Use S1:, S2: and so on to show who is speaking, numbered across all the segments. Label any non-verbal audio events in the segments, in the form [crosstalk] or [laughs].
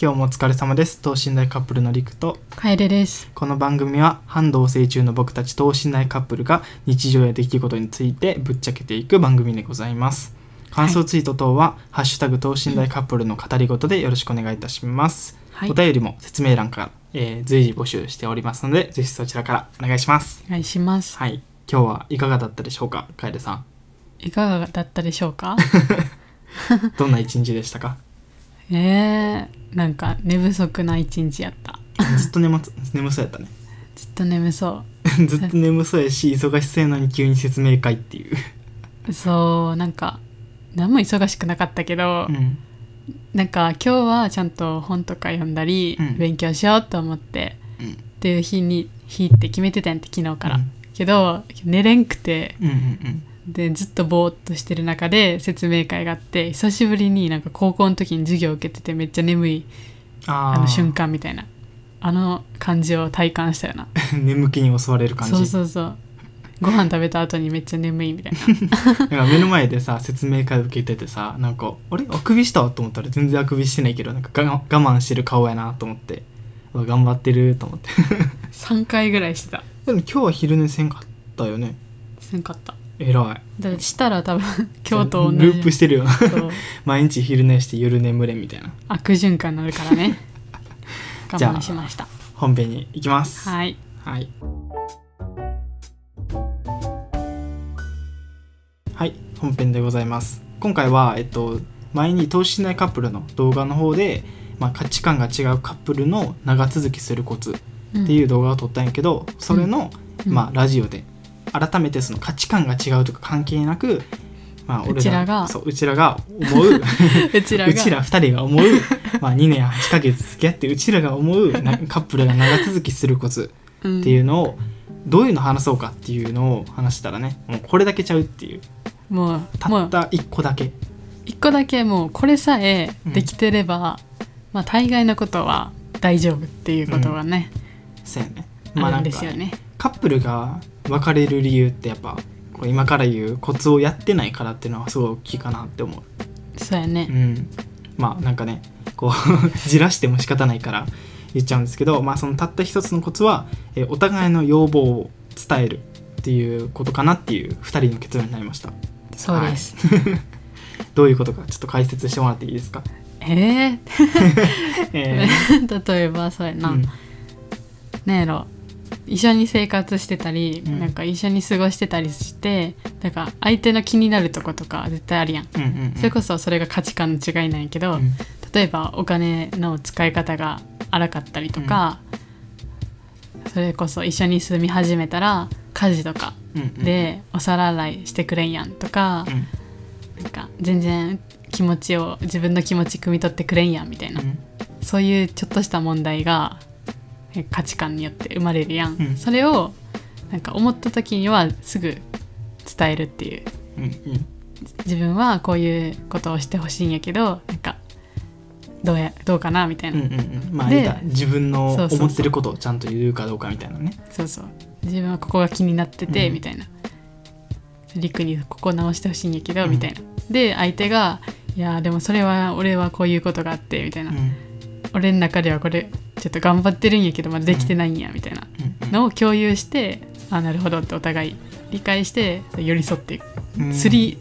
S1: 今日もお疲れ様です等身大カップルのりくと
S2: 楓です。
S1: この番組は半同棲中の僕たち等身大カップルが日常や出来事についてぶっちゃけていく番組でございます感想ツイート等は、ハッシュタグ等身大カップルの語りごとでよろしくお願いいたします、
S2: はい、
S1: お
S2: お願
S1: 便りも説明欄から、えー随時募集しておりますのでぜひそちらからお願いします
S2: いします。
S1: はい今日はいかがだったでしょうか楓さん
S2: いかがだったでしょうか
S1: [laughs] どんな一日でしたか
S2: えー、なんか寝不足な一日やった。
S1: ずっと眠つ眠そうやったね
S2: ずっと眠そ
S1: ずっと眠そうやし忙しそうやのに急に説明会っていう、
S2: う。そう、なんか、何も忙しくなかったけど、
S1: うん、
S2: なんか今日はちゃんと本とか読んだり、
S1: うん
S2: 勉強しようと思って、
S1: うん
S2: っていう日に、日って決めてたんやって昨日から。
S1: うん
S2: けど、寝れんくて、
S1: うんうんうん
S2: でずっとぼーっとしてる中で説明会があって久しぶりになんか高校の時に授業を受けててめっちゃ眠い
S1: あー
S2: あの瞬間みたいなあの感じを体感したよな
S1: [laughs] 眠気に襲われる感じ
S2: そうそうそうご飯食べた後にめっちゃ眠い
S1: [laughs]
S2: みたいな
S1: なんか目の前でさ説明会受けててさなんかあれあくびしたと思ったら全然あくびしてないけどなんかが我慢してる顔やなと思ってあ頑張ってると思って
S2: 3回ぐらいしてた
S1: でも今日は昼寝せんかったよね
S2: せんかった
S1: えらい
S2: だからしたら多分今日と同じ
S1: ループしてるよな [laughs]
S2: そう
S1: 毎日昼寝して夜眠れみたいな
S2: 悪循環になるからね
S1: [laughs]
S2: 我
S1: じゃあ
S2: 慢しました
S1: 本編に行きます
S2: はい
S1: はい、はい、本編でございます今回は、えっと、前に投資しないカップルの動画の方で、まあ、価値観が違うカップルの長続きするコツっていう動画を撮ったんやけど、それの、
S2: うん
S1: まあ、ラジオで改めてその価値観が違うとか関係なく、まあ、俺ら
S2: うちらが
S1: そううちらが思う
S2: [laughs] うちらが
S1: うちら2人が思う、まあ、2年8ヶ月付き合ってうちらが思うなカップルが長続きするコツ
S2: うん
S1: っていうのをどういうの話そうかっていうのを話したらねもうこれだけちゃうっていう
S2: もう
S1: た
S2: も
S1: っ
S2: う
S1: た1個だけ
S2: 一個だけもうこれさえできてれば、まあ大概のことは大丈夫っていうことがね、
S1: そうやね
S2: ある
S1: なんん
S2: です
S1: か
S2: よね、
S1: カップルが別れる理由ってやっぱこう今から言うコツをやってないからっていうのはすごい大きいかなって思う
S2: そうや
S1: う
S2: ね
S1: んまあなんかねこう [laughs] じらしても仕方ないから言っちゃうんですけどまあそのたった一つのコツはえお互いの要望を伝えるっていうことかなっていう2人の結論になりました
S2: そうです、
S1: どういうことかちょっと解説してもらっていいですか、
S2: え
S1: えー
S2: ー [laughs] 例えばそうやな、
S1: うん
S2: なんやろ一緒に生活してたり、
S1: うん
S2: なんか一緒に過ごしてたりしてなんか相手の気になるとことか絶対あるやん、
S1: うんうんうん
S2: それこそそれが価値観の違いなんやけど、
S1: うん
S2: 例えばお金の使い方が荒かったりとか、それこそ一緒に住み始めたら家事とか
S1: うんうん、
S2: でお皿洗いしてくれんやんとか
S1: う、ん
S2: なんか全然気持ちを自分の気持ち汲み取ってくれんやんみたいな、
S1: うん
S2: そういうちょっとした問題がえ価値観によって生まれるやん、
S1: うん
S2: それをなんか思った時にはすぐ伝えるっていう
S1: うんうん
S2: 自分はこういうことをしてほしいんやけどなんかどうやどうかなみたいな、
S1: うんうんうんまあ
S2: で
S1: 言うたら自分の
S2: そうそうそう
S1: 思ってることをちゃんと言うかどうかみたいなね
S2: そうそう自分はここが気になってて、
S1: うん
S2: みたいなリクにここ直してほしいんやけど、
S1: うん
S2: みたいなで相手が「いやーでもそれは俺はこういうことがあって」みたいな、
S1: うん
S2: 俺の中ではこれちょっと頑張ってるんやけどまだできてないんやみたいな
S1: うん
S2: のを共有してあなるほどってお互い理解して寄り添っていく
S1: うん
S2: すり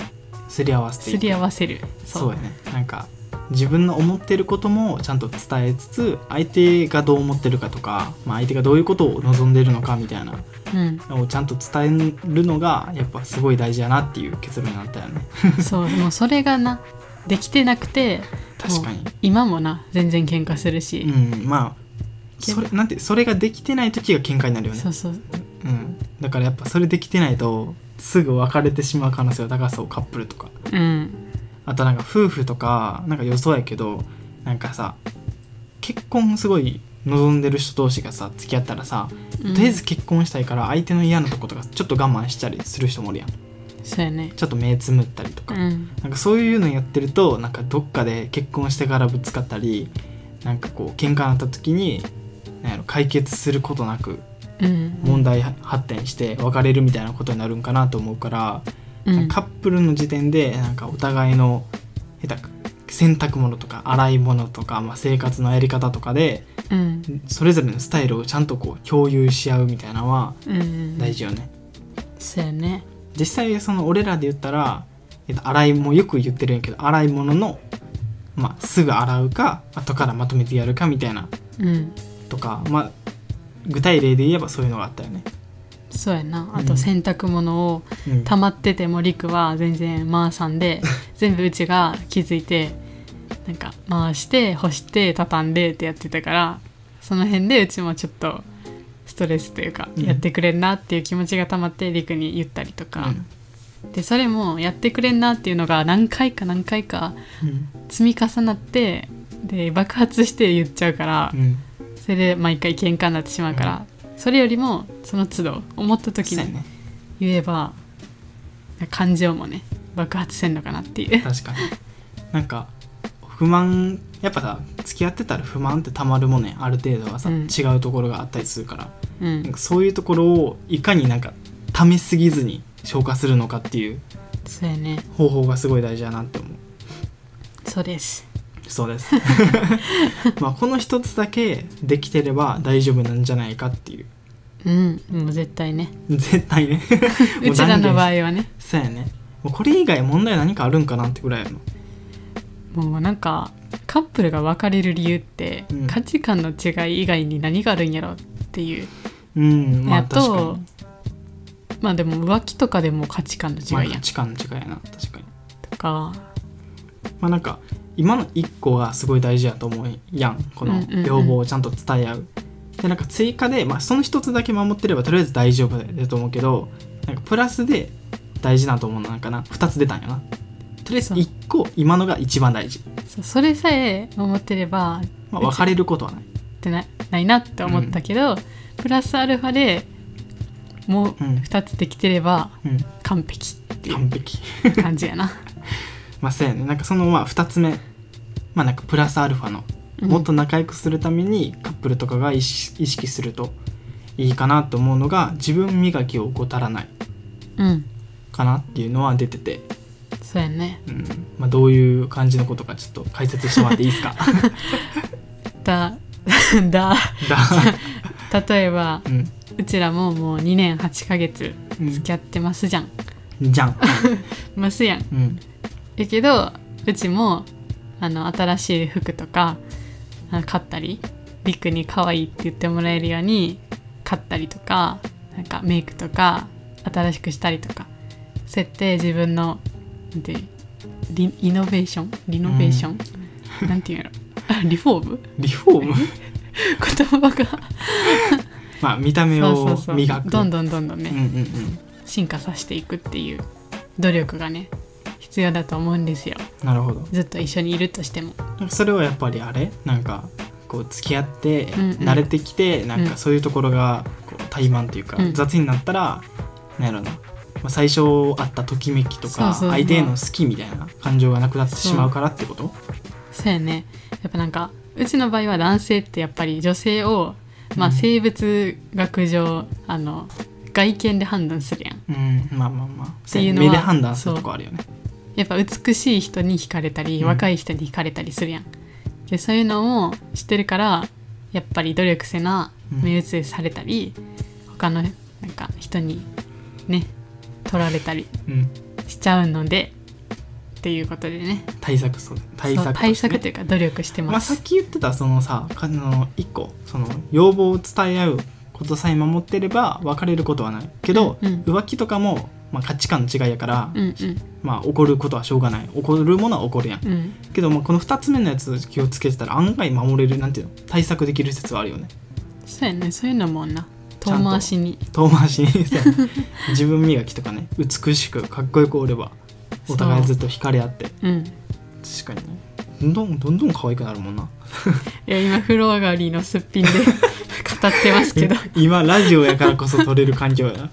S1: すり合わせてい
S2: す
S1: く
S2: り合わせるそ
S1: そう
S2: う
S1: やねなんか自分の思ってることもちゃんと伝えつつ相手がどう思ってるかとか、まあ、相手がどういうことを望んでるのかみたいな
S2: うん、
S1: のをちゃんと伝えるのがやっぱすごい大事やなっていう結論になったよね
S2: そうもうそれがなできてなくて
S1: 確かに
S2: もう今もな全然喧嘩するし、
S1: うんまあそれなんてそれができてない時が喧嘩になるよね
S2: そうそう
S1: うん、だからやっぱそれできてないとすぐ別れてしまう可能性が高そうカップルとか
S2: うん
S1: あとなんか夫婦とかなんか予想やけどなんかさ結婚すごい望んでる人同士がさ付き合ったらさ、
S2: うん
S1: とりあえず結婚したいから相手の嫌なとことかちょっと我慢したりする人もおるやんち
S2: そうやね
S1: ょっと目つむったりと
S2: う
S1: か、
S2: ん
S1: なんかそういうのやってるとなんかどっかで結婚してからぶつかったりなんかこう喧嘩になった時になんやろ解決することなく
S2: うん
S1: 問題発展して別れるみたいなことになるんかなと思うから、
S2: うん
S1: カップルの時点でなんかお互いの下手く洗濯物とか洗い物とか、まあ、生活のやり方とかで
S2: うん
S1: それぞれのスタイルをちゃんとこう共有し合うみたいなのは
S2: うんうん
S1: 大事よね、
S2: そうやね
S1: 実際その俺らで言ったら、えっと、洗いもよく言ってるんやけど洗い物の、まあ、すぐ洗うか後からまとめてやるかみたいな
S2: うん
S1: とか、まあ、具体例で言えばそういうのがあったよね、
S2: そうやなあ
S1: う
S2: と
S1: ん
S2: 洗濯物を
S1: うん
S2: 溜まっててもりくは全然回さ
S1: [laughs]
S2: んで全部うちが気づいてなんか回して干して畳んでってやってたからその辺でうちもちょっとストレスというか、
S1: うん
S2: やってくれんなっていう気持ちが溜まってりくに言ったりとか、でそれもやってくれんなっていうのが何回か何回か
S1: うん
S2: 積み重なってで爆発して言っちゃうから
S1: う、ん
S2: それで毎回喧嘩になってしまうから、それよりもその都度思った時
S1: そうや
S2: に
S1: ね
S2: 言えば感情もね爆発せんのかなっていう
S1: 確かになんか不満やっぱさ付き合ってたら不満ってたまるもんねある程度はさ、
S2: うん
S1: 違うところがあったりするから
S2: う
S1: なん
S2: ん
S1: かそういうところをいかになんかためすぎずに消化するのかっていう
S2: そうやね
S1: 方法がすごい大事だなって思う
S2: そうです
S1: そうです [laughs] まあこの一つだけできてれば大丈夫なんじゃないかっていう
S2: うん [laughs] もう絶対ね
S1: 絶対ねも
S2: う
S1: う断言
S2: ちらの場合はね
S1: そうやねもうこれ以外問題何かあるんかなってぐらいやの
S2: もうなんかカップルが別れる理由って、
S1: うん
S2: 価値観の違い以外に何があるんやろっていう
S1: うんまあ
S2: やっと
S1: 確か
S2: まあでも浮気とかでも価値観の
S1: に、まあ、
S2: 違いや
S1: 価
S2: ん
S1: 値観の違いやな確かに
S2: とか
S1: まあなんか今の一個がすごい大事やと思うやんこ
S2: うん
S1: の
S2: うんうん
S1: 要望をちゃんと伝え合う,、でなんか追加で、まあ、その一つだけ守ってればとりあえず大丈夫だと思うけどなんかプラスで大事なと思うのなんかな2つ出たんやなとりあえず
S2: そう
S1: 一個今のが一番大事、
S2: そうそれさえ守ってれば
S1: まあ、
S2: うち
S1: 別れることはない
S2: ってなないなって思ったけど、プラスアルファでもう
S1: うん
S2: 2つできてれば
S1: う
S2: 完璧って
S1: ん
S2: い
S1: 完璧 [laughs]
S2: う感じやな。
S1: まあそうやねなんかそのまあ2つ目まあなんかプラスアルファの
S2: うん
S1: もっと仲良くするためにカップルとかが意識意識するといいかなと思うのが自分磨きを怠らない
S2: うん
S1: かなっていうのは出てて、
S2: そうやね。
S1: うんまあ、どういう感じのことかちょっと解説してもらっていい
S2: [laughs]
S1: ですか
S2: だ [laughs] だ
S1: だ、
S2: 例えば
S1: うん
S2: うちらももう2年8ヶ月
S1: うん
S2: 付き合ってますじゃん。
S1: じゃん、
S2: ますやん。
S1: うん
S2: やけどうちもあの新しい服とかあの買ったりリクに可愛いって言ってもらえるように買ったりとかなんかメイクとか新しくしたりとかそうやって自分のなんていうリイノベーションリノベーション、なんていうんやろあリフォーム [laughs]
S1: リフォーム
S2: 言葉が
S1: まあ見た目
S2: そうそう
S1: を
S2: そう
S1: 磨く
S2: どんどんどんどん
S1: う
S2: ね
S1: んうんうん
S2: 進化させていくっていう努力がね必要だと思うんですよ
S1: なるほど
S2: ずっと一緒にいるとしても
S1: なんかそれはやっぱりあれなんかこう付き合って
S2: うんうん
S1: 慣れてきて、なんかそういうところがこう怠慢というか、
S2: うん
S1: 雑になったらなんやろな、まあ、最初あったときめきと
S2: そう
S1: か
S2: そう
S1: 相手への好きみたいな感情がなくなってしまうからってこと
S2: そうやねやっぱなんかうちの場合は男性ってやっぱり女性を、ま
S1: う
S2: あ、
S1: ん
S2: 生物学上、あの外見で判断するやん
S1: うんまあまあまあ
S2: ていうのは
S1: 目で判断するとこあるよね
S2: やっぱ美しい人に惹かれたり、
S1: うん
S2: 若い人に惹かれたりするやんでそういうのを知ってるからやっぱり努力せな
S1: うん
S2: 目移りされたり、他のなんか人にね取られたり
S1: うん
S2: しちゃうのでっていうことでね
S1: 対策そう対策
S2: そう
S1: と
S2: 対
S1: してね
S2: 策というか努力して
S1: ま
S2: ま
S1: あ、さっ
S2: す、
S1: き言ってたそのさあの一個その要望を伝え合うことさえ守ってれば別れることはないけど、
S2: うん
S1: 浮気とかも、まあ、価値観の違いやから、
S2: うんうん
S1: まあ起こることはしょうがない起こるものは起こるやん
S2: うん
S1: けど、まあ、この2つ目のやつ気をつけてたら案外守れるなんていうの対策できる説はあるよね
S2: そうやねそういうのもな
S1: ち
S2: 遠
S1: ゃんと
S2: 回しに
S1: 遠回しに
S2: [laughs]
S1: 自分磨きとかね美しくかっこよくおればお互いずっと惹かれ合って
S2: うん
S1: 確かにねどんどんどんどん可愛くなるもんない
S2: や今風呂上がりのすっぴんで [laughs] 語ってますけど
S1: 今ラジオやからこそ撮れる環
S2: [laughs]
S1: 境やな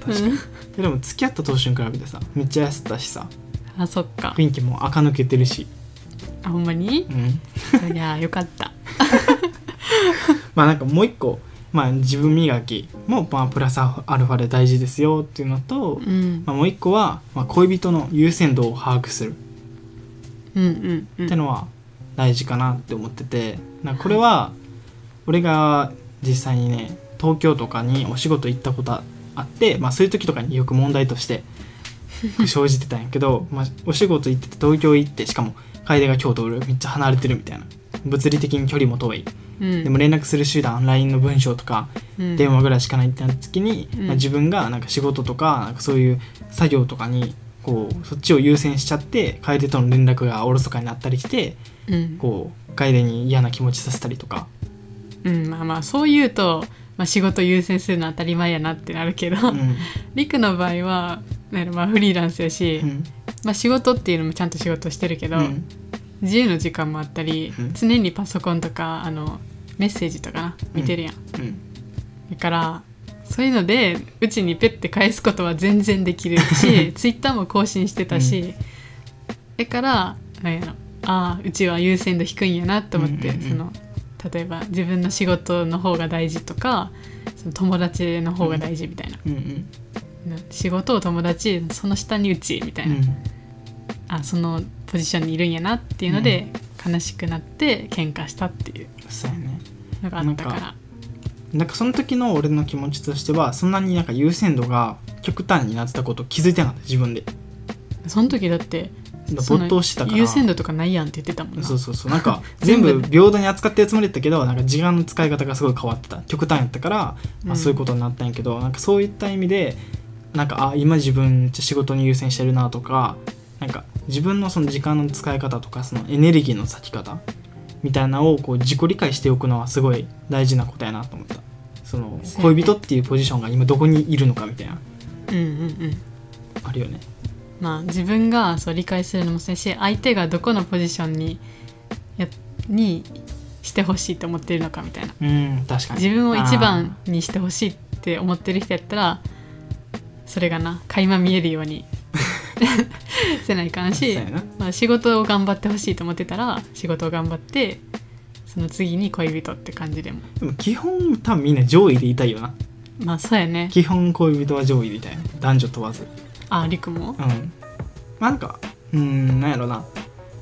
S1: 確かに、ででも付き合った当初に比べてさめっちゃ痩せたしさ
S2: あそっか
S1: 雰囲気も垢抜けてるし
S2: あほんまに [laughs]
S1: うん
S2: いやよかった
S1: まあなんかもう一個、まあ、自分磨きもまあプラスアルファで大事ですよっていうのと、
S2: うん
S1: まあ、もう一個は、まあ、恋人の優先度を把握する
S2: ううんうんうん
S1: ってのは大事かなって思っててなんかこれは俺が実際にね東京とかにお仕事行ったことあって、まあ、そういう時とかによく問題として生じてたんやけ
S2: [laughs]
S1: ど、まあ、お仕事行ってて東京行ってしかも楓が京都おるめっちゃ離れてるみたいな物理的に距離も遠い
S2: うん
S1: でも連絡する手段 LINE の文章とか
S2: うん
S1: 電話ぐらいしかないってなった時に、
S2: うん
S1: まあ、自分がなんか仕事とかなんかそういう作業とかにこうそっちを優先しちゃって楓との連絡がおろそかになったりして
S2: うん
S1: こう楓に嫌な気持ちさせたりとか、
S2: うんまあまあそう言うと、まあ、仕事優先するのは当たり前やなってなるけど、
S1: うん
S2: りくの場合はなんやろまあフリーランスやし、
S1: うん
S2: まあ、仕事っていうのもちゃんと仕事してるけ
S1: う
S2: ど、
S1: ん
S2: 自由の時間もあったり、
S1: うん
S2: 常にパソコンとかあのメッセージとかな見てるやん、
S1: うん
S2: だからそういうのでうちにペッて返すことは全然できる
S1: [laughs]
S2: しツイッターも更新してたし、だからなんやろああうちは優先度低いんやなと思って、
S1: うんうんうん
S2: その例えば自分の仕事の方が大事とかその友達の方が大事みたいな、
S1: うんうん
S2: な仕事を友達その下にうちみたいな、あそのポジションにいるんやなっていうので、悲しくなって喧嘩したっていう
S1: そうやね
S2: のがあったから
S1: ななんかその時の俺の気持ちとしてはそんなになんか優先度が極端になってたこと気づいてなかった自分で
S2: その時だってその
S1: 没頭してたから
S2: 優先度とかないやんって言ってたもんな
S1: そうそうそうなんか全
S2: [laughs] 全部
S1: 部平等に扱ってるつもりだったけどなんか時間の使い方がすごい変わってた極端やったから、
S2: う
S1: まあ、
S2: ん
S1: そういうことになったんやけど、なんかそういった意味でなんかあ今自分めっちゃ仕事に優先してるなとかなんか自分のその時間の使い方とかそのエネルギーの割き方みたいなのをこう自己理解しておくのはすごい大事なことやなと思ったその
S2: そうやね
S1: 恋人っていうポジションが今どこにいるのかみたいな
S2: うんうんうん
S1: あるよね
S2: まあ自分がそう理解するのもそうやし相手がどこのポジションにやにしてほしいと思ってるのかみたいな
S1: うん確かに
S2: 自分を一番
S1: あ
S2: にしてほしいって思ってる人やったらそれがな垣間見えるよ
S1: [laughs]
S2: うにせないかん
S1: ーそう
S2: し
S1: や、な
S2: まあ、仕事を頑張ってほしいと思ってたら仕事を頑張ってその次に恋人って感じでも
S1: でも基本多分みんな上位でいたいよな
S2: まあそうやね
S1: 基本恋人は上位みたいな男女問わず
S2: ありく
S1: う
S2: も
S1: んまあなんかうんなんやろな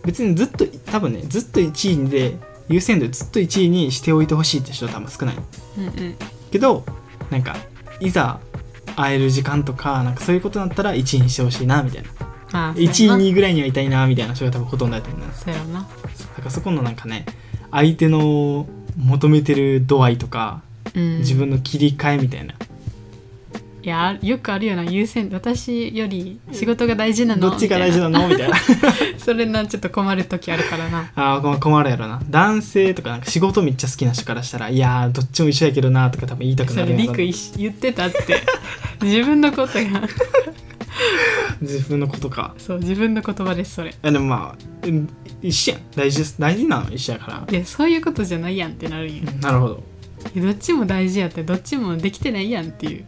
S1: 別にずっと多分ねずっと1位で優先度ずっと1位にしておいてほしいって人は多分少ない
S2: うんうん
S1: けどなんかいざ会える時間とかなんかそういうことになったら1位にしてほしいなみたいな
S2: まあそうやな
S1: 1位2位ぐらいにはいたいなみたいな人が多分ほとんどだと思うんです
S2: そうやろな
S1: だからそこのなんかね相手の求めてる度合いとか
S2: うん
S1: 自分の切り替えみたいな、
S2: いやよくあるよな優先私より仕事が大事なの
S1: どっちが大事な
S2: み
S1: のみたいな
S2: たいなそれなちょっと困る時あるからな
S1: あーこ困るやろな男性とかなんか仕事めっちゃ好きな人からしたらいやーどっちも一緒やけどなとか多分言いたく
S2: そ
S1: な
S2: れ
S1: る
S2: り
S1: や
S2: く
S1: ろ
S2: 言ってたって [laughs] 自分のことが
S1: 自分のことか
S2: そう自分の言葉ですそれ
S1: いやでもまあうん一緒やん大事です大事なのは一緒やから
S2: いやそういうことじゃないやんってなるんよ
S1: うんなるほど
S2: いやどっちも大事やってどっちもできてないやんっていう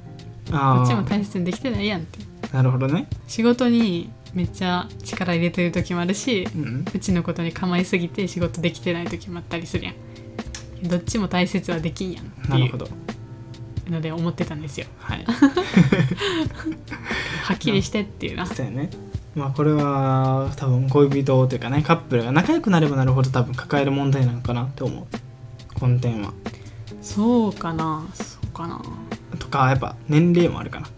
S2: ど
S1: あ
S2: っちも
S1: あ
S2: 大切にできてないやんって
S1: なるほどね
S2: 仕事にめっちゃ力入れてる時もあるし
S1: うん
S2: うちのことに構いすぎて仕事できてない時もあったりするやんどっちも大切はできんやんって
S1: なる
S2: い
S1: ほど
S2: うので思ってたんですよ [laughs]
S1: はい
S2: はっきりしてっていうな
S1: そうやねまあこれは多分恋人というかねカップルが仲良くなればなるほど多分抱える問題なのかなって思う根底は
S2: そうかなそうかな
S1: とかやっぱ年齢もあるかな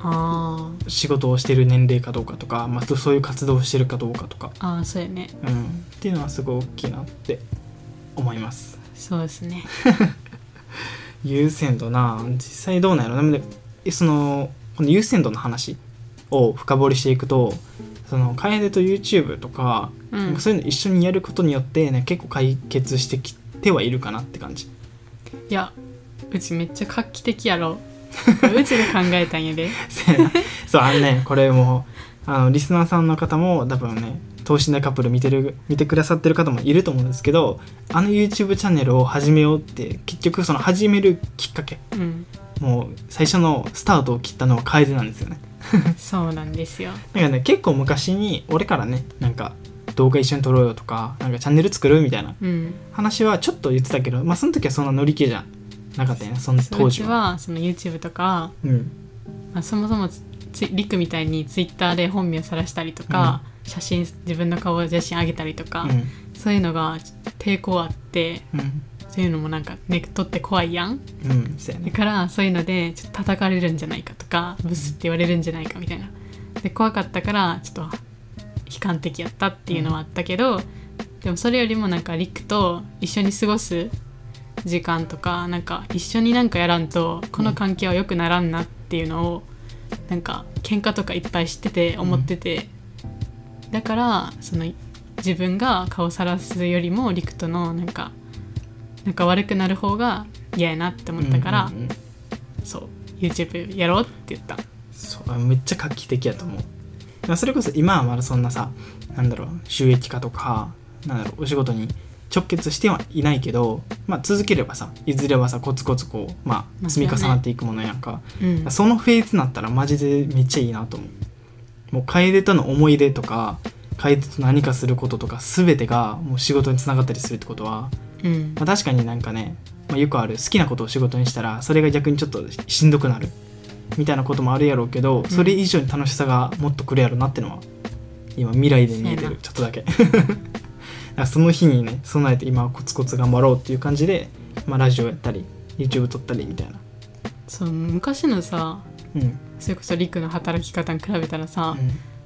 S2: あー
S1: 仕事をしてる年齢かどうかとか、まあ、そういう活動をしてるかどうかとか
S2: あーそうやね
S1: うん、っていうのはすごい大きいなって思います
S2: そうですね
S1: 優先度な実際どうなんやろなでえそのこの優先度の話を深掘りしていくとその楓と YouTube とか,、
S2: う
S1: なん
S2: ん
S1: かそういうの一緒にやることによって、ね、結構解決してきてはいるかなって感じ
S2: いやうちめっちゃ画期的や
S1: [laughs]
S2: ろうちで考えたんやで
S1: せやなそうあのねこれもあのリスナーさんの方も多分ね等身大カップル見てる見てくださってる方もいると思うんですけどあの YouTube チャンネルを始めようって結局その始めるきっかけ
S2: うん
S1: もう最初のスタートを切ったのは楓なんですよね
S2: そうなんですよ
S1: だからね結構昔に俺からねなんか動画一緒に撮ろうよとかなんかチャンネル作るみたいな
S2: うん
S1: 話はちょっと言ってたけどまあその時はそんな乗り気じゃなかったよねその
S2: そう
S1: 当
S2: う
S1: 時
S2: ち
S1: は。
S2: はその YouTube とか、
S1: うん
S2: まあ、そもそもつつりくみたいに Twitter で本名さらしたりとか、写真自分の顔写真あげたりとか、
S1: うん
S2: そういうのが抵抗あって
S1: うん
S2: そういうのもなんかネクトって怖いやん
S1: うんそうや
S2: だ
S1: ね
S2: からそういうのでちょっと叩かれるんじゃないかとかブスって言われるんじゃないかみたいなで怖かったからちょっと悲観的やったっていうのはあったけど、でもそれよりもなんかリクと一緒に過ごす時間とかなんか一緒になんかやらんとこの関係は良くならんなっていうのをなんか喧嘩とかいっぱいしてて思ってて、だからその自分が顔さらすよりもリクとのなんかなんか悪くなる方が嫌やなって思ったから、
S1: うんうんうん
S2: そう YouTube やろうって言った
S1: そうめっちゃ画期的やと思うまあそれこそ今はまだそんなさなんだろう収益化とかなんだろうお仕事に直結してはいないけど、まあ、続ければさいずれはさコツコツこう、ま
S2: ま
S1: あ、
S2: あ
S1: 積み重なっていくものやんか、
S2: うん
S1: そのフェーズになったらマジでめっちゃいいなと思うもう楓との思い出とか楓と何かすることとか全てがもう仕事につながったりするってことは
S2: うん
S1: まあ、確かになんかね、まあ、よくある好きなことを仕事にしたらそれが逆にちょっとしんどくなるみたいなこともあるやろうけどそれ以上に楽しさがもっとくるやろなってのは今未来で見えて
S2: そうや
S1: る
S2: な
S1: ちょっとだけ [laughs] だからその日にね備えて今はコツコツ頑張ろうっていう感じで、まあ、ラジオやったり YouTube 撮ったりみたいな
S2: そう昔のさ
S1: うん、うん
S2: それこそリクの働き方に比べたらさ、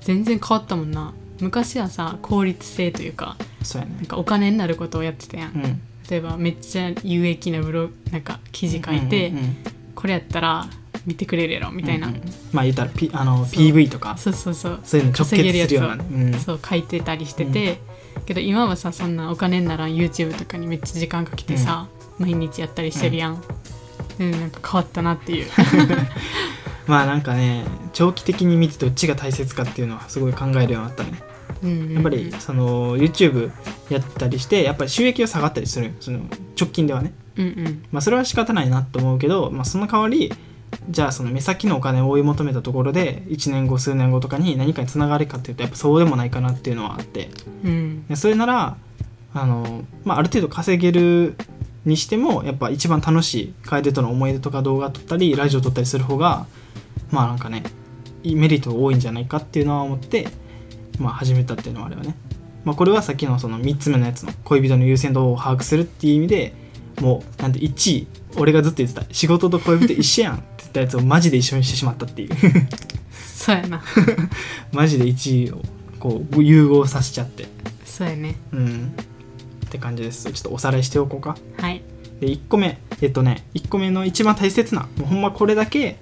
S2: 全然変わったもんな昔はさ効率性というか
S1: そうやね
S2: なんかお金になることをやってたやん、
S1: うん
S2: 例えばめっちゃ有益なブログなんか記事書いて、
S1: うんうんうん
S2: これやったら見てくれるやろみたいな、
S1: うんうんまあ言ったら、P、あの
S2: そう
S1: PV とか
S2: そうそうそう
S1: そういうの直結す
S2: 稼げるやつ
S1: る
S2: を
S1: ようなね、うん、
S2: そう書いてたりしてて、けど今はさそんなお金にならん YouTube とかにめっちゃ時間かけてさ、毎日やったりしてるやん、うん、なんか変わったなっていう
S1: [laughs] まあなんかね長期的に見てどっちが大切かっていうのはすごい考えるようになったね
S2: や
S1: やっぱりその YouTube やったりしてやっぱり収益が下がったりするその直近ではね、
S2: うんうん
S1: まあ、それは仕方ないなと思うけど、まあ、その代わりじゃあその目先のお金を追い求めたところで1年後数年後とかに何かにつながるかっていうとやっぱそうでもないかなっていうのはあって
S2: うん
S1: でそれならあの、まあ、ある程度稼げるにしてもやっぱ一番楽しい楓との思い出とか動画撮ったりラジオ撮ったりする方がまあなんかねいいメリットが多いんじゃないかっていうのは思って、まあ、始めたっていうのはあれはね、まあ、これはさっきのその3つ目のやつの恋人の優先度を把握するっていう意味でもうなんて1位俺がずっと言ってた仕事と恋人一緒やんって言ったやつをマジで一緒にしてしまったっていう [laughs]
S2: そうやな
S1: マジで1位をこう融合させちゃって
S2: そうやね
S1: うんって感じですちょっとおさらいしておこうか
S2: はい
S1: で1個目えっとね1個目の一番大切なもうほんまこれだけ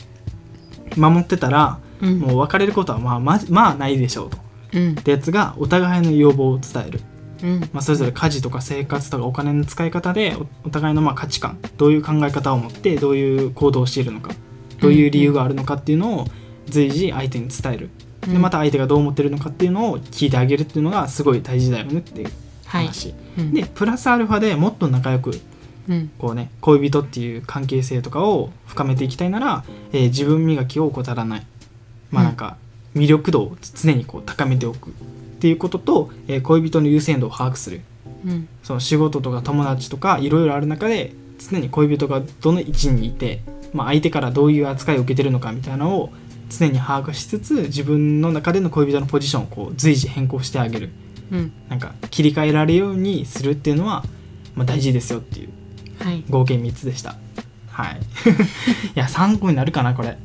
S1: 守ってたら
S2: うん
S1: もう別れることはまあまじまあないでしょうと
S2: うん
S1: ってやつがお互いの要望を伝える、
S2: うん
S1: まあ、それぞれ家事とか生活とかお金の使い方でおお互いのまあ価値観どういう考え方を持ってどういう行動をしているのかどういう理由があるのかっていうのを随時相手に伝えるでまた相手がどう思ってるのかっていうのを聞いてあげるっていうのがすごい大事だよねっていう
S2: はい
S1: 話、
S2: うん
S1: でプラスアルファでもっと仲良く
S2: うん
S1: こうね恋人っていう関係性とかを深めていきたいなら、えー自分磨きを怠らないまあ
S2: うん
S1: なんか魅力度を常にこう高めておくっていうことと、えー恋人の優先度を把握する
S2: うん
S1: その仕事とか友達とかいろいろある中で常に恋人がどの位置にいて、まあ、相手からどういう扱いを受けてるのかみたいなのを常に把握しつつ自分の中での恋人のポジションをこう随時変更してあげる
S2: うん
S1: なんか切り替えられるようにするっていうのは、まあ、大事ですよっていう
S2: はい
S1: 合計3つでしたはいい
S2: [laughs]
S1: や参考になるかなこれ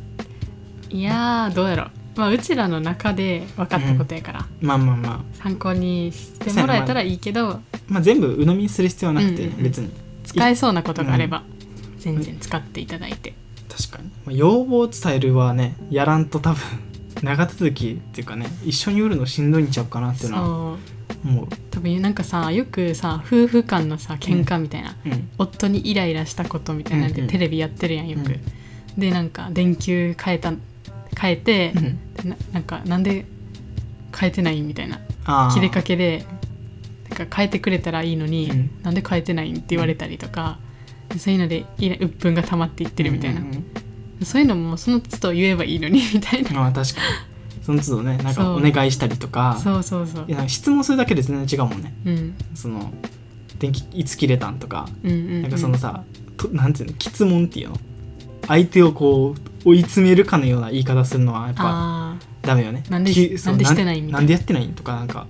S2: いやーどうやろうまあうちらの中で分かったことやから、
S1: まあまあま
S2: 参考にしてもらえたらいいけど
S1: あ、まあ、全部鵜呑みにする必要はなくて、
S2: うんうんうん
S1: 別に
S2: 使えそうなことがあれば全然使っていただいて
S1: 確かに、まあ、要望を伝えるはねやらんと多分長続きっていうかね一緒におるのしんどいんちゃうかなっていうのは
S2: そう
S1: 思う
S2: 多分なんかさよくさ夫婦間のさ喧嘩みたいな、
S1: うん
S2: 夫にイライラしたことみたいなん
S1: うん
S2: で
S1: うん
S2: テレビやってるやんよく、
S1: うん
S2: でなんか電球変えた変えて、
S1: うん
S2: ななんかなんで変えてないみたいな
S1: あー
S2: 切れかけでなんか変えてくれたらいいのに、
S1: うん
S2: なんで変えてないんって言われたりとか、そういうのでイラ鬱憤が溜まっていってるみたいな、
S1: うんうんうん
S2: そういうのもその都度言えばいいのに [laughs] みたいな、
S1: まあ確かにその都度ねなんか
S2: そ
S1: お
S2: う
S1: 願いしたりとか
S2: そうそうそう
S1: いやなんか質問するだけで全然違うもんね
S2: うん
S1: その電気いつ切れたんとか
S2: うんうんうん
S1: なんかそのさ、となんていうの質問っていうの相手をこう追い詰めるかのような言い方するのはやっぱ
S2: あー
S1: ダメよね
S2: なんで
S1: きそう
S2: なんでしてないみたいなん
S1: でやってないんとかなんか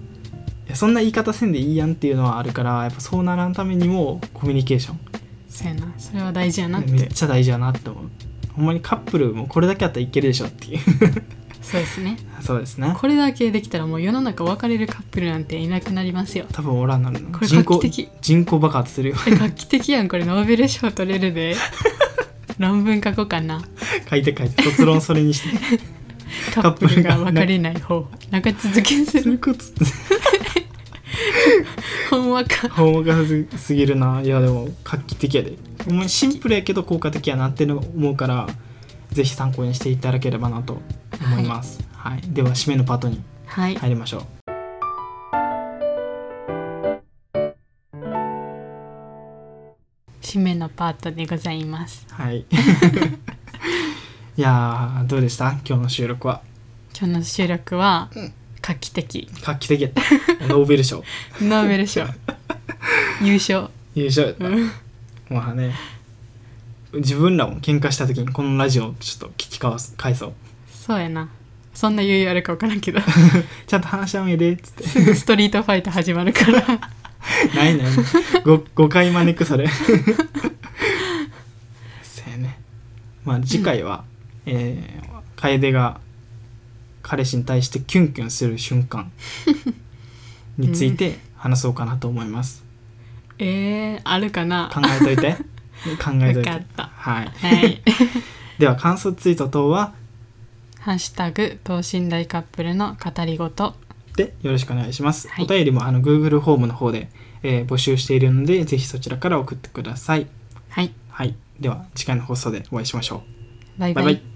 S1: いやそんな言い方せんでいいやんっていうのはあるからやっぱそうならんためにもコミュニケーション
S2: そうやなそれは大事やなって
S1: めっちゃ大事やなって思うほんまにカップルもこれだけあったらいけるでしょ
S2: [laughs]
S1: っていう
S2: そうですね
S1: そうですね
S2: これだけできたらもう世の中別れるカップルなんていなくなりますよ
S1: 多分おらんなるの
S2: これ
S1: 人
S2: 画
S1: 口
S2: 期的
S1: 人口爆発するよ [laughs]
S2: え画期的やんこれノーベル賞取れるで論文書こうかな
S1: 書いて書いて卒論それにして
S2: [laughs] カップルが別れない方長続け
S1: そ
S2: す
S1: うい
S2: る
S1: うことって
S2: ほんわ
S1: [laughs]
S2: か
S1: ほんまかすすぎるないやでも画期的やでほんまにシンプルやけど効果的やなっていうのを思うからぜひ参考にしていただければなと思います、はいでは締めのパートに
S2: はい、
S1: 入りましょう
S2: 締めのパートでございます
S1: はいいやーどうでした今日の収録は
S2: 今日の収録は
S1: うん
S2: 画期的
S1: 画期的やったノーベル賞
S2: ノー
S1: [laughs]
S2: ベル賞優勝
S1: 優勝やった
S2: うん
S1: まあね自分らも喧嘩した時にこのラジオをちょっと聞き返す返そう
S2: そうやなそんな余裕あるか分からんけど [laughs]
S1: ちゃんと話し合うんやでっつって
S2: すぐストリートファイト始まるから
S1: [laughs] ないないご誤解招くそれせやねまあ次回は、えー楓が彼氏に対してキュンキュンする瞬間について話そうかなと思います、
S2: えー、あるかな
S1: 考えとい
S2: [laughs]
S1: て考えとい
S2: 分
S1: て
S2: かった
S1: はい [laughs]
S2: はい
S1: では感想ツイート等は
S2: ハッシュタグ等身大カップルの語りごと
S1: でよろしくお願いします、
S2: はい
S1: お便りもあの Google ホームの方で、えー募集しているのでぜひそちらから送ってください
S2: はい
S1: はいでは次回の放送でお会いしましょう
S2: バイバイ
S1: バイバイ